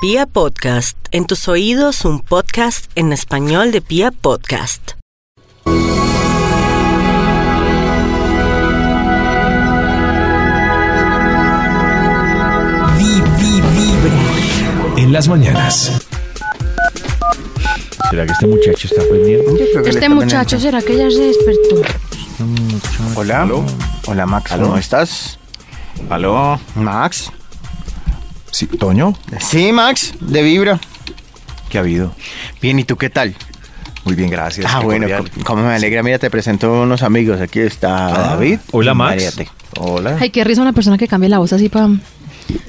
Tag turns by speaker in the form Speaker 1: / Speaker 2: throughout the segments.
Speaker 1: Pia Podcast, en tus oídos un podcast en español de Pia Podcast.
Speaker 2: Vi, vi, vibra. En las mañanas.
Speaker 3: ¿Será que este muchacho está aprendiendo?
Speaker 4: Este muchacho, ¿será que ya se despertó?
Speaker 5: Hola. Hola, Max.
Speaker 3: Aló.
Speaker 5: ¿Cómo estás?
Speaker 3: ¿Aló?
Speaker 5: Max.
Speaker 3: Sí, ¿Toño?
Speaker 5: Sí, Max, de Vibra.
Speaker 3: ¿Qué ha habido?
Speaker 5: Bien, ¿y tú qué tal?
Speaker 3: Muy bien, gracias.
Speaker 5: ah,
Speaker 3: qué
Speaker 5: bueno,
Speaker 3: cordial. Ah,
Speaker 5: c- cómo me alegra. Mira, te presento unos amigos. Aquí está David.
Speaker 3: hola, Max.
Speaker 5: Mariate.
Speaker 3: Hola.
Speaker 4: Ay, qué risa una persona que cambie la voz así para...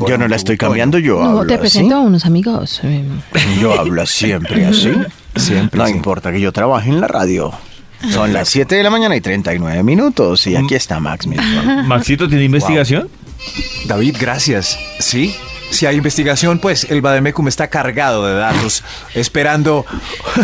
Speaker 5: yo no la estoy cambiando, yo
Speaker 4: No,
Speaker 5: hablo
Speaker 4: te presento a unos amigos. eh,
Speaker 5: así. Yo hablo siempre así.
Speaker 3: Siempre,
Speaker 5: No
Speaker 3: sí.
Speaker 5: importa que yo trabaje en la radio. Son las 7 de la mañana y 39 minutos. Y aquí está Max. mira.
Speaker 6: Maxito, ¿tiene investigación?
Speaker 3: David, gracias. ¿Sí? Si hay investigación, pues el Bademecum está cargado de datos, esperando,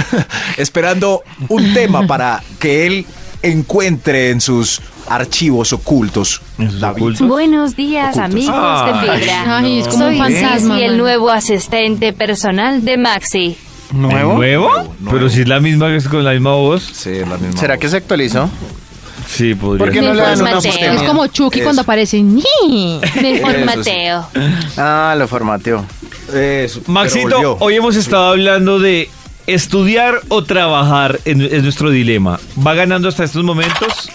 Speaker 3: esperando un tema para que él encuentre en sus archivos ocultos. David.
Speaker 7: Buenos días, amigos de Vibra.
Speaker 4: Ay, es como un
Speaker 7: Soy
Speaker 4: fantasma.
Speaker 7: Ceci, el
Speaker 4: man.
Speaker 7: nuevo asistente personal de Maxi.
Speaker 5: ¿Nuevo?
Speaker 6: ¿Nuevo?
Speaker 3: nuevo.
Speaker 6: Pero si es la misma, es con la misma voz.
Speaker 3: Sí, la misma
Speaker 5: ¿Será
Speaker 3: voz.
Speaker 5: que se actualizó?
Speaker 6: Sí, podría
Speaker 5: ¿Por qué
Speaker 6: ser.
Speaker 5: no le dan una
Speaker 7: Infórmate.
Speaker 4: Es
Speaker 5: postema?
Speaker 4: como Chucky cuando aparece. ¡Ni!
Speaker 7: Me
Speaker 3: sí.
Speaker 7: formateo.
Speaker 5: Ah, lo formateó.
Speaker 3: Eso, pero
Speaker 6: Maxito,
Speaker 3: volvió.
Speaker 6: hoy hemos estado hablando de estudiar o trabajar, en- es nuestro dilema. Va ganando hasta estos momentos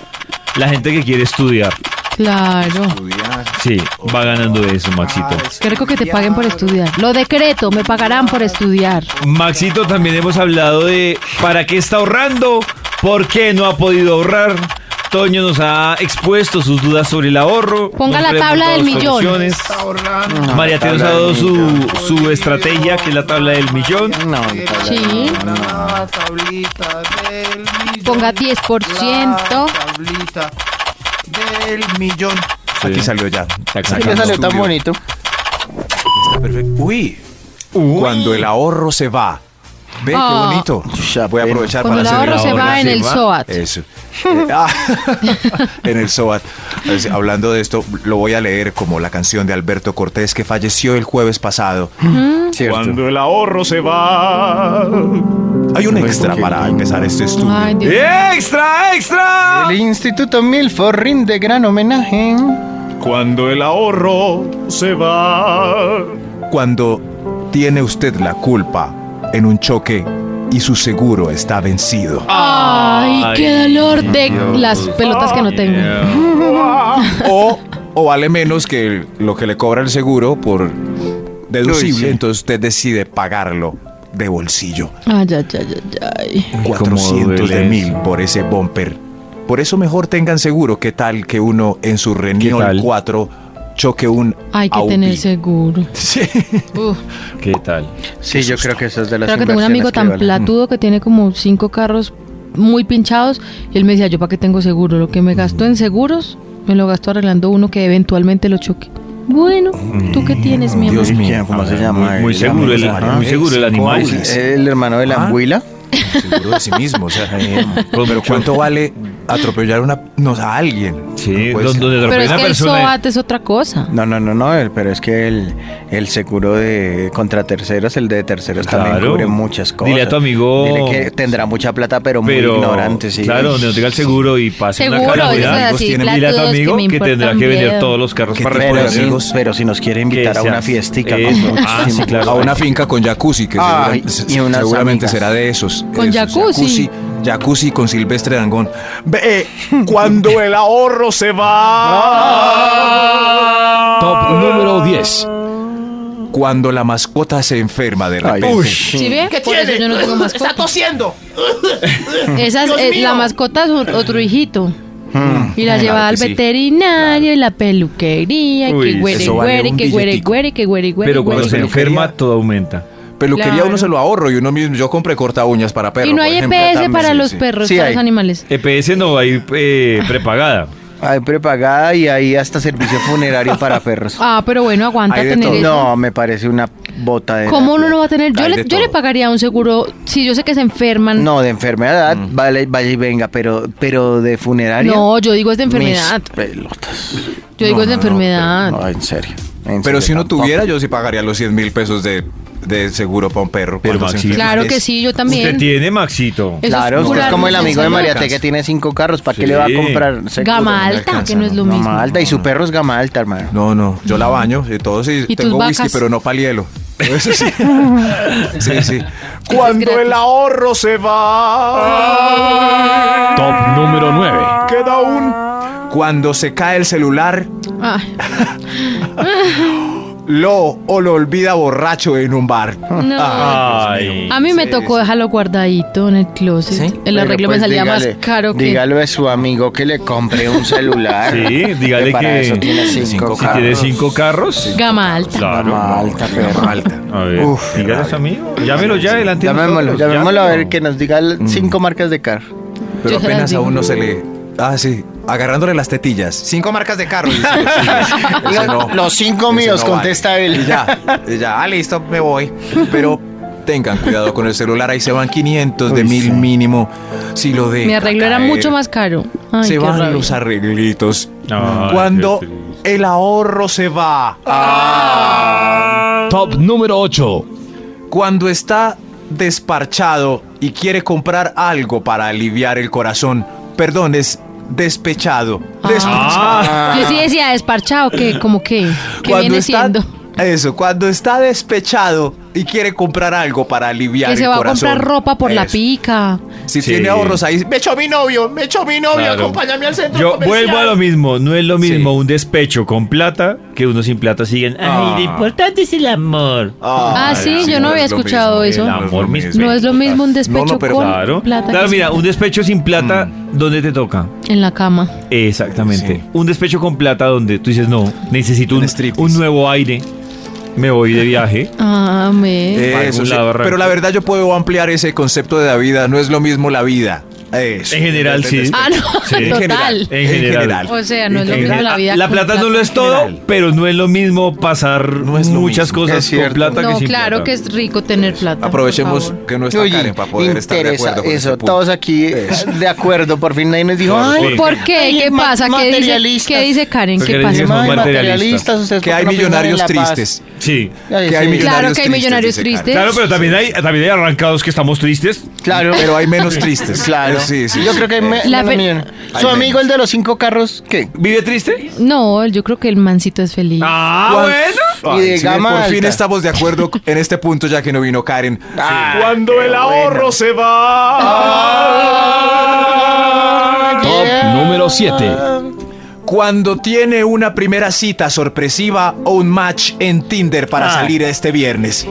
Speaker 6: la gente que quiere estudiar.
Speaker 4: Claro.
Speaker 3: Estudiar.
Speaker 6: Sí, va ganando eso, Maxito.
Speaker 4: Qué rico que te paguen por estudiar. Lo decreto, me pagarán por estudiar.
Speaker 6: Maxito, también hemos hablado de para qué está ahorrando, por qué no ha podido ahorrar. Toño nos ha expuesto sus dudas sobre el ahorro.
Speaker 4: Ponga
Speaker 6: Nos
Speaker 4: la tabla
Speaker 6: hemos
Speaker 4: del
Speaker 6: dado
Speaker 4: millón.
Speaker 6: soluciones.
Speaker 3: Ah,
Speaker 6: María
Speaker 5: la
Speaker 6: Teo nos
Speaker 5: tabla
Speaker 6: ha dado
Speaker 5: del
Speaker 6: su,
Speaker 5: millón.
Speaker 6: su estrategia, que es la tabla del millón.
Speaker 5: No,
Speaker 4: Sí.
Speaker 8: tablita del millón.
Speaker 4: Ponga 10%.
Speaker 8: La tablita del millón.
Speaker 3: Aquí salió ya.
Speaker 5: ¿Por qué salió tan bonito?
Speaker 3: Está perfecto. Uy, cuando el ahorro se va. Ve,
Speaker 4: Ah.
Speaker 3: qué bonito.
Speaker 5: Ya,
Speaker 3: Voy a
Speaker 5: pero-
Speaker 3: aprovechar
Speaker 4: Cuando el
Speaker 3: para hacer
Speaker 4: ahorro se va en el SOAT.
Speaker 3: Eso. Eh, ah, en el SOAT. Es- Hablando de esto, lo voy a leer como la canción de Alberto Cortés que falleció el jueves pasado.
Speaker 5: Cierto.
Speaker 3: el ahorro se va. Hay un
Speaker 5: Ay,
Speaker 3: extra
Speaker 5: qué
Speaker 3: para
Speaker 5: lindo.
Speaker 3: empezar este estudio.
Speaker 4: Ay, Dios.
Speaker 6: ¡Extra, extra!
Speaker 5: El Instituto Milford rinde gran homenaje.
Speaker 3: Cuando el ahorro se va. Cuando tiene usted la culpa en un choque y su seguro está vencido.
Speaker 4: Ay, qué dolor de las pelotas que no tengo.
Speaker 3: O, o vale menos que lo que le cobra el seguro por deducible,
Speaker 5: Uy, sí.
Speaker 3: entonces usted decide pagarlo de bolsillo.
Speaker 4: Ay, ay, ay, ay, ay.
Speaker 6: cómo
Speaker 3: 400 de
Speaker 6: duele
Speaker 3: mil
Speaker 6: eso.
Speaker 3: por ese bumper. Por eso mejor tengan seguro que tal que uno en su Renault
Speaker 6: tal?
Speaker 3: 4 choque un
Speaker 4: Hay que
Speaker 3: Audi.
Speaker 4: tener seguro.
Speaker 3: Sí.
Speaker 4: Uf.
Speaker 6: ¿Qué tal?
Speaker 5: Sí, yo creo que eso es de las
Speaker 4: Claro que tengo un amigo
Speaker 5: inversiones
Speaker 4: tan
Speaker 5: valen.
Speaker 4: platudo que tiene como cinco carros muy pinchados y él me decía, yo para qué tengo seguro, lo que me gastó en seguros, me lo gastó arreglando uno que eventualmente lo choque. Bueno, ¿tú qué tienes, mi amor?
Speaker 5: Dios mío, ¿cómo se llama?
Speaker 6: muy
Speaker 5: El
Speaker 6: seguro
Speaker 5: amigo,
Speaker 6: el-
Speaker 5: ajá.
Speaker 6: muy seguro el animal.
Speaker 5: ¿Cuál? El hermano de la
Speaker 3: Ah.
Speaker 5: anguila.
Speaker 3: seguro de sí mismo. o sea,
Speaker 6: Con
Speaker 3: pero
Speaker 6: mucho-
Speaker 3: ¿cuánto vale atropellar una, no, a alguien?
Speaker 6: Sí,
Speaker 3: No puede
Speaker 6: don-
Speaker 3: ser.
Speaker 6: donde de
Speaker 4: Pero
Speaker 6: repente
Speaker 4: es
Speaker 6: una
Speaker 4: que el
Speaker 6: persona.
Speaker 4: SOAT es otra cosa.
Speaker 5: No, no, no, no, el- pero es que el, el seguro de contra terceros, el de terceros también
Speaker 6: Claro.
Speaker 5: cubre muchas cosas.
Speaker 6: Dile a tu amigo-
Speaker 5: Dile que tendrá mucha plata, pero,
Speaker 6: Pero,
Speaker 5: muy ignorante, sí.
Speaker 6: claro, donde no tenga el seguro y pase
Speaker 4: Seguro,
Speaker 6: una
Speaker 4: eso es
Speaker 6: calamidad,
Speaker 4: así,
Speaker 6: tiene mil a tu
Speaker 4: platudos que
Speaker 6: amigo
Speaker 4: me
Speaker 6: que, tendrá
Speaker 4: importan
Speaker 6: que vender
Speaker 4: bien.
Speaker 6: todos los carros
Speaker 3: ¿Qué
Speaker 6: para
Speaker 3: te-
Speaker 5: Pero
Speaker 6: responder.
Speaker 5: si,
Speaker 3: amigos.
Speaker 5: pero si nos quiere invitar
Speaker 6: Que
Speaker 5: a una
Speaker 6: seas-
Speaker 5: fiestica con
Speaker 6: Eso.
Speaker 5: muchísimo
Speaker 6: Ah, sí, claro.
Speaker 3: A una finca con jacuzzi, que
Speaker 5: Ay,
Speaker 3: segura-
Speaker 5: y unas
Speaker 3: seguramente
Speaker 5: amigas.
Speaker 3: será de esos.
Speaker 4: Con
Speaker 3: esos,
Speaker 4: jacuzzi.
Speaker 3: jacuzzi. Jacuzzi con Silvestre Dangón. Ve, cuando el ahorro se va.
Speaker 5: Ah.
Speaker 2: Top número 10.
Speaker 3: Cuando la mascota se enferma de
Speaker 5: Ay,
Speaker 3: repente.
Speaker 5: sí.
Speaker 4: ¿Sí ve? Por eso yo no tengo
Speaker 8: Está
Speaker 4: mascota.
Speaker 8: tosiendo.
Speaker 4: Esa es,
Speaker 8: Dios
Speaker 4: es- la
Speaker 8: mío.
Speaker 4: mascota es un- otro hijito. Y la
Speaker 3: claro
Speaker 4: llevaba al
Speaker 3: que sí.
Speaker 4: veterinario, y la peluquería, y
Speaker 6: Uy,
Speaker 4: que huere,
Speaker 3: eso vale
Speaker 4: huere,
Speaker 3: un
Speaker 4: que huere,
Speaker 3: billetico.
Speaker 4: huere, que huere, huere.
Speaker 6: Pero cuando
Speaker 4: huere,
Speaker 6: se
Speaker 4: huere.
Speaker 6: enferma, todo aumenta.
Speaker 3: Peluquería
Speaker 4: Claro.
Speaker 3: uno se lo ahorro y uno mismo. Yo compré corta uñas para perros.
Speaker 4: Y no hay EPS para los perros,
Speaker 5: Sí
Speaker 4: para
Speaker 5: hay.
Speaker 4: los animales.
Speaker 6: EPS E no hay eh, prepagada.
Speaker 5: Hay prepagada y hay hasta servicio funerario para perros.
Speaker 4: Ah, pero bueno, aguanta
Speaker 3: Hay de
Speaker 4: tener
Speaker 3: todo.
Speaker 4: eso.
Speaker 5: No, me parece una bota de...
Speaker 4: ¿Cómo uno no va a tener? Yo,
Speaker 3: Hay
Speaker 4: le,
Speaker 3: de
Speaker 4: yo le
Speaker 3: todo.
Speaker 4: pagaría un seguro si yo sé que se enferman.
Speaker 5: No, de enfermedad,
Speaker 6: Mm.
Speaker 5: vale, vaya y venga, pero, pero de funeraria...
Speaker 4: No, yo digo es de enfermedad. Ah.
Speaker 5: Mis pelotas.
Speaker 4: Yo digo es de enfermedad.
Speaker 5: No, en serio.
Speaker 3: Pero
Speaker 5: en serio,
Speaker 3: si uno
Speaker 5: tampoco.
Speaker 3: tuviera, yo sí pagaría los 100 mil pesos de de seguro para un perro.
Speaker 6: Pero,
Speaker 3: cuando se
Speaker 6: Maxi,
Speaker 3: enferma.
Speaker 4: Claro que
Speaker 3: Es-
Speaker 4: sí, yo
Speaker 6: Usted
Speaker 4: también.
Speaker 6: tiene, Maxito.
Speaker 4: Eso
Speaker 5: Claro, usted es
Speaker 4: curarme
Speaker 5: como el
Speaker 4: del
Speaker 5: amigo de
Speaker 4: salud.
Speaker 5: María T que tiene cinco carros. ¿Para qué
Speaker 6: Sí. Mm.
Speaker 5: le va a comprar seguro?
Speaker 3: le
Speaker 4: Gama alta,
Speaker 3: alcanza,
Speaker 4: que no es lo
Speaker 5: Gama
Speaker 4: mismo.
Speaker 5: alta y su perro es gama alta, hermano.
Speaker 3: No, no, yo la baño y todo sí.
Speaker 4: ¿Y tus
Speaker 3: tengo whisky,
Speaker 4: vacas?
Speaker 3: pero no palielo. Eso sí. sí, sí.
Speaker 4: Cuando el
Speaker 3: ahorro se
Speaker 4: Ah.
Speaker 3: va,
Speaker 2: Top número 9.
Speaker 3: queda un. Cuando se cae el celular,
Speaker 4: Ay,
Speaker 3: lo o lo olvida borracho en un bar.
Speaker 4: no.
Speaker 3: Ah,
Speaker 6: Ay.
Speaker 4: A mí me tocó dejarlo guardadito en el closet. El
Speaker 5: Pero
Speaker 4: arreglo
Speaker 5: pues
Speaker 4: me salía
Speaker 5: dígale-
Speaker 4: más caro que.
Speaker 5: Dígale a su amigo que le compre un celular.
Speaker 6: Sí, dígale
Speaker 5: para
Speaker 6: que-
Speaker 5: eso tiene cinco,
Speaker 3: Cinco
Speaker 6: Si
Speaker 5: carros.
Speaker 6: tiene cinco carros.
Speaker 4: Gama alta.
Speaker 6: Claro.
Speaker 5: Gama alta, perro.
Speaker 3: Alta.
Speaker 6: A ver,
Speaker 5: Uf,
Speaker 6: dígale a su amigo. Llámelo ya, adelante.
Speaker 5: Llamémoslo,
Speaker 3: Pues
Speaker 5: llamémoslo a ver que nos diga
Speaker 3: Mm.
Speaker 5: el- cinco marcas de carro.
Speaker 3: Pero
Speaker 4: Yo se las
Speaker 3: apenas a
Speaker 4: digo.
Speaker 3: uno se le. Ah, sí. Agarrándole las tetillas. Cinco marcas de carro. Ese no.
Speaker 5: Los cinco
Speaker 3: Ese
Speaker 5: míos,
Speaker 3: no vale.
Speaker 5: contesta
Speaker 3: Y
Speaker 5: él.
Speaker 3: ya, y ya, ah, listo, me voy. Pero tengan cuidado con el celular, ahí se van 500 de
Speaker 5: Uy,
Speaker 3: mil
Speaker 5: sí.
Speaker 3: mínimo. Si lo dejan.
Speaker 4: Mi arreglo era
Speaker 3: caer,
Speaker 4: mucho más caro. Ay,
Speaker 3: se
Speaker 4: qué
Speaker 3: van
Speaker 4: rabia.
Speaker 3: los arreglitos.
Speaker 6: Ay,
Speaker 3: Cuando
Speaker 6: qué triste.
Speaker 3: el ahorro se va.
Speaker 5: Ah.
Speaker 2: Top número 8.
Speaker 3: Cuando está desparchado y quiere comprar algo para aliviar el corazón. Perdón, es despechado. Despechado.
Speaker 4: Yo Ah. sí decía desparchado, que como que, que
Speaker 3: Cuando
Speaker 4: viene
Speaker 3: está,
Speaker 4: siendo.
Speaker 3: Eso, cuando está despechado y quiere comprar algo para aliviar
Speaker 4: Que se
Speaker 3: el
Speaker 4: va a
Speaker 3: corazón.
Speaker 4: comprar ropa por la
Speaker 3: Eso.
Speaker 4: pica.
Speaker 3: Si
Speaker 6: Sí.
Speaker 3: tiene ahorros ahí, me echó mi novio, me echó mi novio,
Speaker 6: Claro.
Speaker 3: acompáñame al centro.
Speaker 6: Yo
Speaker 3: comercial".
Speaker 6: vuelvo a lo mismo, no es lo
Speaker 3: Sí.
Speaker 6: mismo un despecho con plata que uno sin plata siguen.
Speaker 3: Ah.
Speaker 6: Ay, lo importante es el amor.
Speaker 4: Ah, sí, yo no había
Speaker 3: es lo
Speaker 4: escuchado
Speaker 3: mismo.
Speaker 4: eso.
Speaker 6: El amor, mis
Speaker 4: No es lo mismo un despecho
Speaker 3: no, pero
Speaker 4: con
Speaker 6: Claro.
Speaker 4: plata.
Speaker 6: Claro,
Speaker 4: que
Speaker 6: mira,
Speaker 4: sin
Speaker 6: un despecho sin plata, ¿dónde te toca?
Speaker 4: plata. En la cama.
Speaker 6: Exactamente.
Speaker 3: Sí.
Speaker 6: Un despecho con plata donde tú dices, no, necesito
Speaker 3: Un
Speaker 6: un,
Speaker 3: striptease.
Speaker 6: un nuevo aire, me voy de viaje.
Speaker 4: Ah, me.
Speaker 3: Eh,
Speaker 6: Para
Speaker 3: eso
Speaker 6: algún
Speaker 3: sí,
Speaker 6: lado arranca.
Speaker 3: Pero la verdad yo puedo ampliar ese concepto de la vida, no es lo mismo la vida. Eso.
Speaker 6: En general, sí.
Speaker 4: ah, no,
Speaker 6: sí, en
Speaker 4: total.
Speaker 6: En general.
Speaker 4: O sea, no es lo
Speaker 3: En
Speaker 4: mismo la vida.
Speaker 6: La
Speaker 4: con
Speaker 6: plata no lo es todo, pero no es lo mismo pasar
Speaker 3: No es lo
Speaker 6: muchas
Speaker 3: mismo.
Speaker 5: Es
Speaker 6: cosas con
Speaker 5: cierto.
Speaker 6: plata que
Speaker 4: No,
Speaker 6: sin
Speaker 4: claro
Speaker 6: plata.
Speaker 4: que es rico tener plata. por
Speaker 3: Ah, Aprovechemos
Speaker 4: favor.
Speaker 3: que no está
Speaker 5: Oye,
Speaker 3: Karen para poder estar de
Speaker 5: interesa
Speaker 3: acuerdo con
Speaker 5: eso,
Speaker 3: este punto.
Speaker 5: todos aquí eh, de acuerdo, por fin nadie nos dijo,
Speaker 6: Por
Speaker 5: ay, pues,
Speaker 6: fin.
Speaker 4: ¿Por qué?
Speaker 5: Ay,
Speaker 4: ¿Qué
Speaker 5: ma-
Speaker 4: pasa? ¿Qué dice,
Speaker 5: materialistas.
Speaker 4: ¿Qué dice Karen?
Speaker 6: Porque
Speaker 4: ¿Qué
Speaker 6: le
Speaker 5: ay,
Speaker 6: dije
Speaker 4: pasa?
Speaker 6: son materialistas.
Speaker 5: materialistas, ustedes
Speaker 3: Que
Speaker 5: por
Speaker 3: hay
Speaker 5: qué no piensan en
Speaker 3: millonarios
Speaker 5: la paz?
Speaker 3: tristes.
Speaker 6: Sí.
Speaker 5: Ay,
Speaker 3: Que hay
Speaker 5: sí.
Speaker 3: millonarios
Speaker 4: Claro que hay
Speaker 3: tristes,
Speaker 4: millonarios
Speaker 3: dice Karen.
Speaker 4: tristes.
Speaker 6: Claro, pero también hay, también hay arrancados que estamos tristes.
Speaker 5: Claro,
Speaker 3: Pero hay menos tristes.
Speaker 5: claro.
Speaker 3: Eh, Sí, sí.
Speaker 5: Yo creo que hay me-
Speaker 3: Eh,
Speaker 4: La
Speaker 5: menos
Speaker 4: pe-
Speaker 5: millon-
Speaker 3: Hay
Speaker 5: su amigo
Speaker 3: menos.
Speaker 5: el de los cinco carros, ¿qué?
Speaker 6: ¿Vive triste?
Speaker 4: No, yo creo que el mancito es feliz.
Speaker 6: Ah,
Speaker 3: Cuan-
Speaker 6: bueno.
Speaker 5: Y de
Speaker 3: Ay, sí,
Speaker 5: gama
Speaker 3: Por fin
Speaker 5: alta.
Speaker 3: estamos de acuerdo en este punto ya que no vino Karen.
Speaker 5: Ah,
Speaker 3: Cuando el ahorro se
Speaker 5: Ah,
Speaker 3: va.
Speaker 2: Top número 7.
Speaker 3: Ah. Cuando tiene una primera cita sorpresiva o un match en Tinder para
Speaker 5: Ah.
Speaker 3: salir este viernes.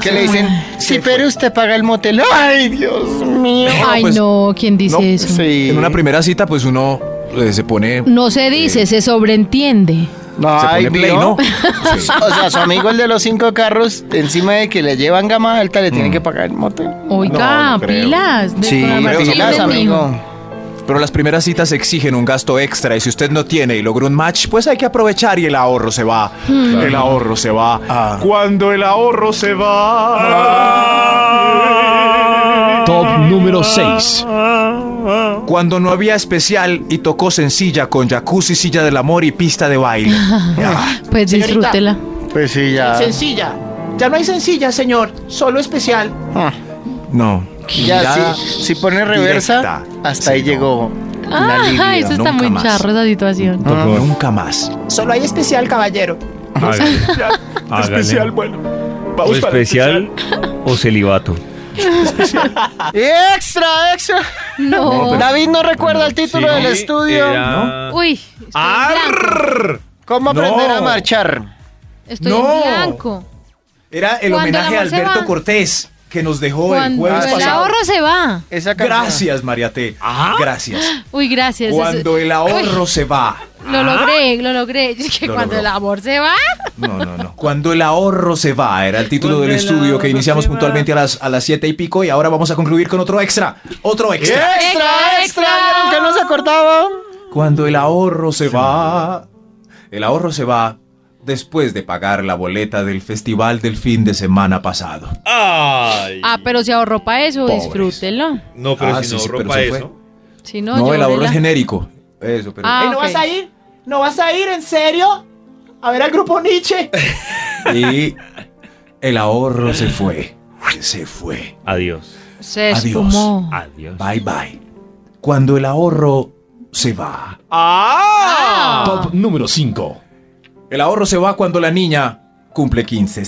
Speaker 5: Que le dicen, sí, pero usted paga el motel. Ay, Dios mío.
Speaker 4: Ay,
Speaker 3: pues,
Speaker 4: no, ¿quién dice
Speaker 3: no,
Speaker 4: eso?
Speaker 5: Sí.
Speaker 3: En una primera cita, pues uno eh, se pone.
Speaker 4: No se dice, se sobreentiende.
Speaker 3: se
Speaker 5: Ay,
Speaker 3: pone play,
Speaker 5: ¿vio?
Speaker 3: ¿no?
Speaker 5: O sea, su amigo el de los cinco carros, encima de que le llevan gama alta, le
Speaker 3: Mm.
Speaker 5: tiene que pagar el motel.
Speaker 4: Oiga,
Speaker 3: No, no creo.
Speaker 4: pilas. de-
Speaker 5: Sí,
Speaker 4: con la
Speaker 3: creo,
Speaker 4: marcha
Speaker 3: no
Speaker 5: pilas,
Speaker 4: libre,
Speaker 3: creo.
Speaker 4: mijo.
Speaker 5: amigo.
Speaker 3: Pero las primeras citas exigen un gasto extra y si usted no tiene y logró un match, pues hay que aprovechar y el ahorro se va. El ahorro se va. Cuando el ahorro se Ah. va.
Speaker 2: Top número 6.
Speaker 3: Cuando no había especial y tocó sencilla con jacuzzi, silla del amor y pista de baile. Ah,
Speaker 4: Pues disfrútela.
Speaker 5: Pues sí, ya.
Speaker 9: Sencilla. Ya no hay sencilla, señor. Solo especial.
Speaker 5: Ah,
Speaker 3: no.
Speaker 5: Ya,
Speaker 3: Mirada
Speaker 5: si, si pone reversa,
Speaker 3: directa.
Speaker 5: hasta ahí
Speaker 3: Sí, no.
Speaker 5: llegó. la
Speaker 4: Ah,
Speaker 5: libido.
Speaker 4: eso está
Speaker 3: nunca
Speaker 4: muy
Speaker 3: más.
Speaker 4: charro esa situación.
Speaker 3: Nunca más.
Speaker 9: Solo hay especial, caballero.
Speaker 6: Hágale. Hágale.
Speaker 3: bueno.
Speaker 6: O especial o celibato.
Speaker 5: ¡Extra, extra!
Speaker 4: No.
Speaker 5: David no recuerda el título del estudio.
Speaker 4: Uy, estoy en blanco.
Speaker 6: Arr.
Speaker 5: ¿Cómo
Speaker 3: No.
Speaker 5: aprender a marchar?
Speaker 4: Estoy
Speaker 3: No.
Speaker 4: en blanco.
Speaker 3: Era el
Speaker 4: Cuando
Speaker 3: homenaje
Speaker 4: el
Speaker 3: a
Speaker 4: amor se
Speaker 3: Alberto
Speaker 4: va.
Speaker 3: Cortés que nos dejó el
Speaker 4: Cuando
Speaker 3: jueves
Speaker 4: el
Speaker 3: pasado.
Speaker 4: ahorro se va.
Speaker 5: Esa canción.
Speaker 3: Gracias, Mariate. Gracias.
Speaker 4: Uy, gracias. eso-
Speaker 3: Cuando el ahorro ¿Ah?
Speaker 4: Uy,
Speaker 3: se va.
Speaker 4: Lo logré, lo logré. Es que
Speaker 3: Lo
Speaker 4: cuando
Speaker 3: logró.
Speaker 4: el amor se va.
Speaker 3: No, no, no. Cuando el ahorro se va, era el título del estudio que iniciamos puntualmente a las, a las siete y pico y ahora vamos a concluir con otro extra. Otro extra.
Speaker 5: ¡Extra, extra! ¿Vieron que no se acordaba?
Speaker 3: Cuando el ahorro se va. El ahorro se va después de pagar la boleta del festival del fin de semana pasado.
Speaker 6: Ay.
Speaker 4: Ah, pero se ahorró para eso,
Speaker 3: Pobres.
Speaker 4: disfrútelo.
Speaker 6: No, pero
Speaker 3: Ah,
Speaker 6: si
Speaker 3: sí,
Speaker 6: no
Speaker 3: sí, pero
Speaker 6: ropa
Speaker 3: se fue.
Speaker 6: eso.
Speaker 4: Si no,
Speaker 3: No, el ahorro
Speaker 4: llórela.
Speaker 3: es genérico. Eso, pero.
Speaker 4: Ah,
Speaker 9: ¿Eh, ¿No
Speaker 4: ok.
Speaker 9: vas a ir?
Speaker 3: Ah.
Speaker 9: ¿No vas a ir? ¿En serio? A ver al grupo Nietzsche.
Speaker 3: Y El ahorro se fue. Se fue.
Speaker 6: Adiós.
Speaker 4: Se
Speaker 3: Adiós.
Speaker 4: esfumó.
Speaker 6: Adiós.
Speaker 3: Bye bye. Cuando el ahorro se va.
Speaker 4: Ah.
Speaker 3: Ah.
Speaker 2: Top número 5.
Speaker 3: El ahorro se va cuando la niña cumple 15.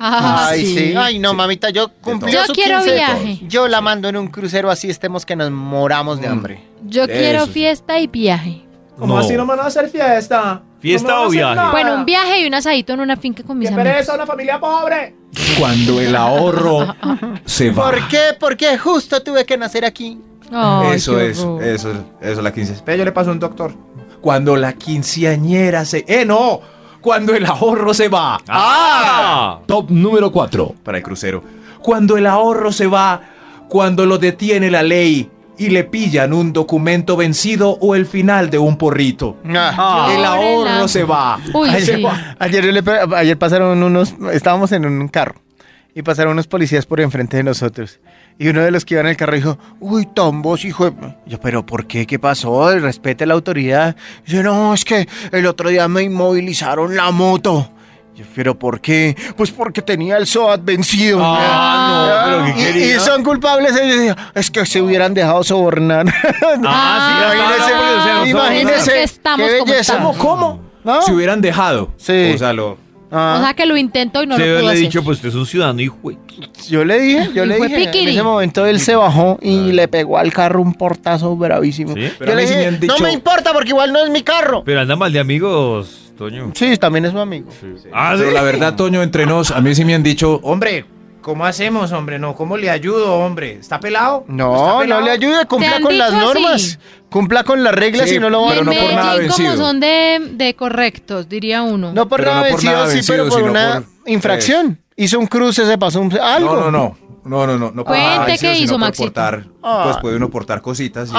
Speaker 4: Ah,
Speaker 5: Ay, sí.
Speaker 4: sí.
Speaker 5: Ay, no, mamita, yo cumplí
Speaker 4: Yo
Speaker 5: su
Speaker 4: quiero
Speaker 5: 15.
Speaker 4: viaje.
Speaker 5: Yo la mando en un crucero así estemos que nos moramos
Speaker 3: Mm.
Speaker 5: de hambre.
Speaker 4: Yo
Speaker 3: Eso
Speaker 4: quiero
Speaker 3: sí.
Speaker 4: fiesta y viaje.
Speaker 9: ¿Cómo
Speaker 6: No.
Speaker 9: así no me van a hacer fiesta?
Speaker 6: ¿Fiesta
Speaker 9: No me van a
Speaker 6: o
Speaker 9: hacer
Speaker 6: viaje?
Speaker 9: nada.
Speaker 4: Bueno,
Speaker 3: Ah.
Speaker 4: un viaje y un asadito en una finca con mis
Speaker 9: ¡Qué
Speaker 4: amigos.
Speaker 9: pereza, una familia pobre!
Speaker 3: Cuando el ahorro se va.
Speaker 5: ¿Por qué? ¿Por qué justo tuve que nacer aquí?
Speaker 4: Ay,
Speaker 3: Eso
Speaker 4: qué
Speaker 3: es, eso,
Speaker 4: horror.
Speaker 3: eso es la 15.
Speaker 8: Ve, yo le paso a un doctor.
Speaker 3: Cuando la quinceañera se... ¡Eh, no! Cuando el ahorro se va.
Speaker 6: ¡Ah!
Speaker 2: Top número 4.
Speaker 3: Para el crucero. Cuando el ahorro se va. Cuando lo detiene la ley y le pillan un documento vencido o el final de un porrito. El ahorro
Speaker 4: Pobre
Speaker 3: se va.
Speaker 4: Uy,
Speaker 5: Ayer,
Speaker 4: sí.
Speaker 5: ayer yo le pe- ayer pasaron unos, estábamos en un carro y pasaron unos policías por enfrente de nosotros. Y uno de los que iba en el carro dijo, uy, tombos, hijo de... Yo, pero ¿por qué? ¿Qué pasó? Respete la autoridad. Dice, no, es que el otro día me inmovilizaron la moto. Yo, pero ¿por qué? Pues porque tenía el SOAT vencido.
Speaker 6: Ah, no, pero ¿qué
Speaker 5: Y- y,
Speaker 6: quería?
Speaker 5: son culpables ellos. Es que se hubieran dejado sobornar.
Speaker 6: Ah, sí,
Speaker 4: no,
Speaker 5: imagínese,
Speaker 4: es que estamos
Speaker 5: qué
Speaker 4: como
Speaker 5: belleza.
Speaker 4: estamos.
Speaker 3: ¿Cómo?
Speaker 5: ¿No?
Speaker 3: Se hubieran dejado.
Speaker 5: Sí.
Speaker 3: O sea, lo...
Speaker 5: Ah.
Speaker 4: O sea que lo intento y no
Speaker 6: Se
Speaker 4: lo puedo
Speaker 6: haberle
Speaker 4: hacer.
Speaker 6: dicho, pues usted es un ciudadano y güey.
Speaker 5: Yo le dije, yo
Speaker 4: Y
Speaker 5: le
Speaker 4: fue
Speaker 5: dije. En
Speaker 4: piquiri.
Speaker 5: ese momento él se bajó y le pegó al carro un portazo bravísimo.
Speaker 6: Sí,
Speaker 5: Yo
Speaker 3: pero a
Speaker 5: le
Speaker 3: mí sí
Speaker 5: dije,
Speaker 3: me han
Speaker 5: no
Speaker 3: dicho-
Speaker 5: me importa porque igual no es mi carro.
Speaker 6: Pero anda mal de amigos, Toño.
Speaker 5: Sí, también es mi amigo.
Speaker 6: Ah,
Speaker 3: Pero
Speaker 6: sí.
Speaker 3: la verdad, Toño, entre nos, a mí sí me han dicho...
Speaker 8: Hombre, ¿cómo hacemos, hombre? No, ¿cómo le ayudo, hombre? ¿Está pelado? ¿Está
Speaker 5: No, no
Speaker 8: pelado?
Speaker 5: le ayude,
Speaker 4: ¿Te
Speaker 5: cumpla
Speaker 4: han
Speaker 5: con las
Speaker 4: dicho así?
Speaker 5: normas. Cumpla con las reglas
Speaker 3: Sí,
Speaker 5: y no lo
Speaker 4: Y
Speaker 5: van
Speaker 3: pero
Speaker 4: en
Speaker 3: no por
Speaker 4: Medellín,
Speaker 3: nada
Speaker 4: como
Speaker 3: vencido.
Speaker 4: son de, de correctos, diría uno.
Speaker 5: No por
Speaker 3: Pero
Speaker 5: nada
Speaker 3: no por
Speaker 5: vencido,
Speaker 3: nada
Speaker 5: sí,
Speaker 3: vencido,
Speaker 5: pero por
Speaker 3: sino
Speaker 5: una
Speaker 3: por-
Speaker 5: infracción. Hizo un cruce, se pasó un... algo.
Speaker 3: No, no, no. No, no, no. no por
Speaker 4: Cuente
Speaker 3: nada,
Speaker 4: qué
Speaker 3: sino
Speaker 4: hizo
Speaker 3: por
Speaker 4: Maxito.
Speaker 3: portar,
Speaker 5: Ah.
Speaker 3: Pues puede uno portar cositas. y-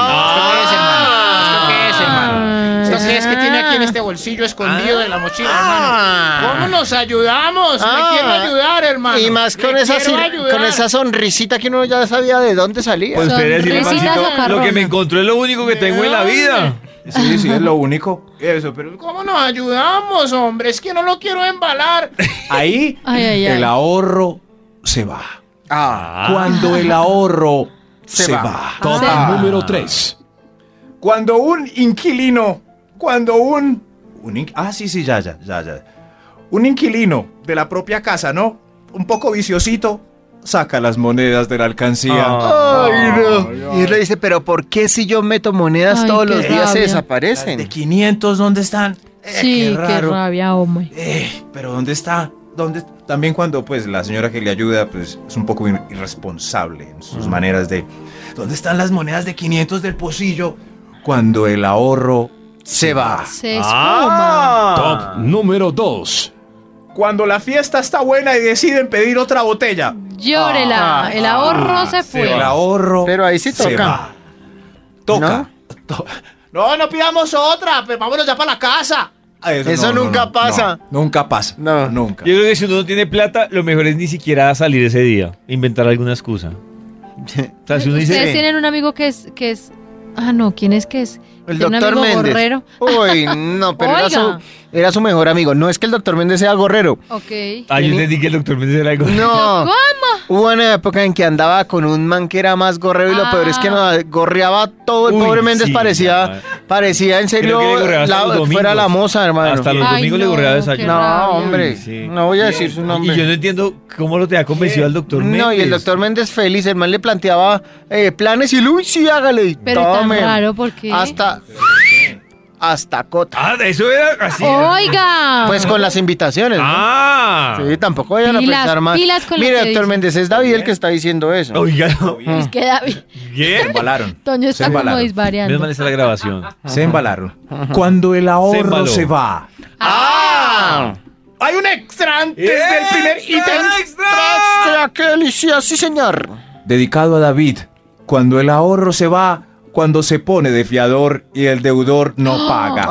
Speaker 8: ¿Esto qué es,
Speaker 4: Ah.
Speaker 8: hermano? ¿Esto qué es que tiene aquí en este bolsillo escondido de la mochila, hermano? ¿Cómo nos ayudamos?
Speaker 5: Ah.
Speaker 8: Me quiero ayudar, hermano.
Speaker 5: Y más con
Speaker 8: Le
Speaker 5: esa,
Speaker 8: quiero
Speaker 5: sir-
Speaker 8: ayudar.
Speaker 5: con esa sonrisita que uno ya sabía de dónde salía.
Speaker 6: Pues espere, decirle,
Speaker 4: Sonrisitas
Speaker 6: Maxito,
Speaker 4: o
Speaker 6: lo que me
Speaker 4: carroña.
Speaker 6: encontré es lo único que tengo en la vida.
Speaker 3: Sí, sí, es lo único.
Speaker 8: Eso, pero ¿cómo nos ayudamos, hombre? Es que no lo quiero embalar.
Speaker 3: Ahí
Speaker 4: Ay, ay, ay.
Speaker 3: el ahorro se va.
Speaker 6: Ah.
Speaker 3: Cuando el ahorro se, va.
Speaker 2: Top
Speaker 4: Ah.
Speaker 2: número 3.
Speaker 3: Cuando un inquilino, cuando un... un inqu- ah, sí, sí, ya, ya, ya, ya. Un inquilino de la propia casa, ¿no? Un poco viciosito, saca las monedas de la alcancía.
Speaker 5: Ay, no. Y él le dice, pero ¿por qué si yo meto monedas
Speaker 4: Ay,
Speaker 5: todos
Speaker 4: qué
Speaker 5: los días se
Speaker 4: rabia.
Speaker 5: desaparecen?
Speaker 3: 500, ¿dónde están?
Speaker 4: sí, qué, rabia, hombre.
Speaker 3: Eh, pero ¿dónde está? ¿Dónde? También cuando pues la señora que le ayuda pues es un poco ir- irresponsable en sus maneras de ¿Dónde están las monedas de 500 del pocillo? Cuando el ahorro se va.
Speaker 4: Se esfuma.
Speaker 3: Ah.
Speaker 5: Ah.
Speaker 2: Top número 2.
Speaker 3: Cuando la fiesta está buena y deciden pedir otra botella.
Speaker 4: Llórela. el ahorro se fue.
Speaker 3: El ahorro.
Speaker 5: Pero ahí sí
Speaker 3: se
Speaker 5: toca.
Speaker 3: va. Toca. To-
Speaker 8: No, no pidamos otra, pues vámonos ya para la casa.
Speaker 3: Ah,
Speaker 5: Eso nunca pasa.
Speaker 3: no, nunca pasa.
Speaker 5: No.
Speaker 3: Nunca.
Speaker 6: Yo creo que si uno no tiene plata, lo mejor es ni siquiera salir ese día. Inventar alguna excusa. O sea, si uno
Speaker 4: Ustedes
Speaker 6: dice... eh.
Speaker 4: tienen un amigo que es, que es. Ah, no, ¿quién es que es?
Speaker 5: El
Speaker 4: Tiene un
Speaker 5: doctor
Speaker 4: amigo
Speaker 5: Méndez.
Speaker 4: gorrero.
Speaker 5: Uy, no, pero era su,
Speaker 4: Oiga.
Speaker 5: era su mejor amigo. No es que el doctor Méndez sea gorrero.
Speaker 4: Ok.
Speaker 6: Ah, yo entendí que el doctor me era algo.
Speaker 5: No.
Speaker 4: ¿Cómo?
Speaker 5: Hubo una época en que andaba con un man que era más gorrero y lo
Speaker 4: Ah.
Speaker 5: peor es que nos gorreaba todo. El
Speaker 6: Uy,
Speaker 5: pobre Méndez
Speaker 6: sí,
Speaker 5: parecía, parecía en serio
Speaker 6: Creo que le gorreaba hasta
Speaker 5: la-
Speaker 6: los domingos.
Speaker 5: fuera la moza, hermano.
Speaker 6: Hasta los
Speaker 4: Ay,
Speaker 6: domingos le
Speaker 4: no,
Speaker 6: gorreaba
Speaker 4: qué
Speaker 6: desayuno.
Speaker 5: No,
Speaker 4: rabia.
Speaker 5: hombre.
Speaker 6: Sí.
Speaker 5: No voy a decir su nombre.
Speaker 6: Y yo no entiendo cómo lo te ha convencido al doctor Méndez.
Speaker 5: No, y el doctor Méndez feliz, el man le planteaba eh, planes y Luis, sí, hágale. y
Speaker 4: Pero tan
Speaker 5: tome.
Speaker 4: raro, ¿por qué?
Speaker 5: Hasta. Hasta cota.
Speaker 6: Ah, eso era así.
Speaker 4: Oh, Oiga.
Speaker 5: Pues con las invitaciones. ¿no?
Speaker 6: Ah.
Speaker 5: Sí, tampoco vayan
Speaker 4: Pilas,
Speaker 5: a pensar más.
Speaker 4: pilas con lo
Speaker 5: Mire,
Speaker 4: que
Speaker 5: doctor
Speaker 4: dicen.
Speaker 5: Méndez, es David el que está diciendo eso.
Speaker 6: Oiga, no.
Speaker 4: Es que David-
Speaker 6: ¿Bien?
Speaker 3: Embalaron.
Speaker 4: Toño
Speaker 3: Se
Speaker 4: está como
Speaker 3: embalaron.
Speaker 6: Menos mal
Speaker 4: disvariando.
Speaker 6: está la grabación.
Speaker 3: Se embalaron. Cuando el ahorro
Speaker 6: embaló.
Speaker 3: se va.
Speaker 5: ¡Ah!
Speaker 8: Hay un extra antes del primer ítem.
Speaker 5: ¡Extra! ¡Qué delicioso, sí, señor!
Speaker 3: dedicado a David. Cuando el ahorro se va, cuando se pone de fiador y el deudor no paga.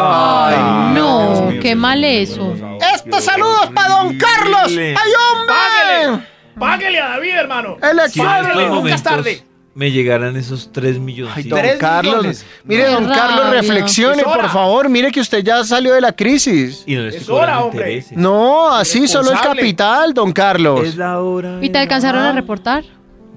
Speaker 4: Ay, no, qué mal eso.
Speaker 5: ¡Estos saludos para don Carlos! ¡Ay, hombre!
Speaker 8: Páguele a David, hermano.
Speaker 5: El
Speaker 6: Sí, en
Speaker 5: extra.
Speaker 6: estos
Speaker 8: Páguele, nunca es
Speaker 6: momentos,
Speaker 8: tarde.
Speaker 6: me llegaran esos 3 millones.
Speaker 5: Don
Speaker 8: Tres
Speaker 5: Carlos,
Speaker 8: millones.
Speaker 5: mire, don
Speaker 4: Qué
Speaker 5: Carlos,
Speaker 4: rabia.
Speaker 5: reflexione,
Speaker 8: Es hora.
Speaker 5: por favor. Mire que usted ya salió de la crisis.
Speaker 6: Y no les
Speaker 8: Es
Speaker 6: estoy cobrando
Speaker 8: hora, hombre.
Speaker 6: intereses.
Speaker 5: No, así solo el
Speaker 8: Responsable.
Speaker 5: capital, don Carlos.
Speaker 6: Es la hora.
Speaker 4: ¿Y te
Speaker 6: de
Speaker 4: alcanzaron a
Speaker 6: la-
Speaker 4: reportar?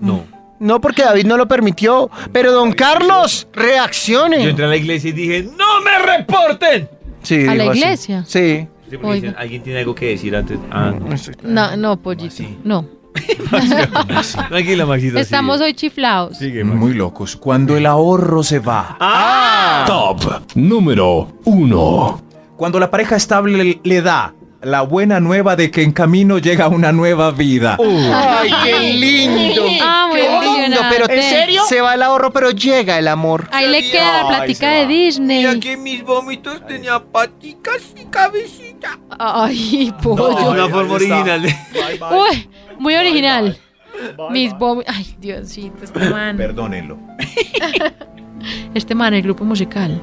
Speaker 6: No.
Speaker 5: No porque David no lo permitió, pero don Carlos,
Speaker 6: Yo
Speaker 5: reaccione.
Speaker 6: entré a la iglesia y dije, ¡No me reporten!
Speaker 5: Sí,
Speaker 4: ¿A la
Speaker 5: dijo así.
Speaker 4: iglesia?
Speaker 5: Sí.
Speaker 6: Sí, porque dicen,
Speaker 4: Oiga.
Speaker 6: Alguien tiene algo que decir antes. Ah, no.
Speaker 4: No, no, pollito.
Speaker 6: Así.
Speaker 4: No.
Speaker 6: Tranquila, Maxito.
Speaker 4: Estamos hoy chiflados.
Speaker 3: Muy locos. Cuando el ahorro se va.
Speaker 2: Top número 1.
Speaker 3: Cuando la pareja estable le da la buena nueva de que en camino llega una nueva vida.
Speaker 5: Ay, qué lindo.
Speaker 4: Ah, muy
Speaker 5: Qué lindo,
Speaker 4: emocionante.
Speaker 5: pero
Speaker 8: ¿En serio?
Speaker 5: Se va el ahorro, pero llega el amor.
Speaker 4: Ahí le queda la plática de Disney.
Speaker 6: que mis vómitos tenía paticas y cabecita.
Speaker 4: Ay,
Speaker 6: No, es
Speaker 4: pollo.
Speaker 6: una forma original. de-
Speaker 4: Uy, muy original. Mis bom... Ay, Diosito, este man.
Speaker 3: Perdónenlo.
Speaker 4: Este man, el grupo musical.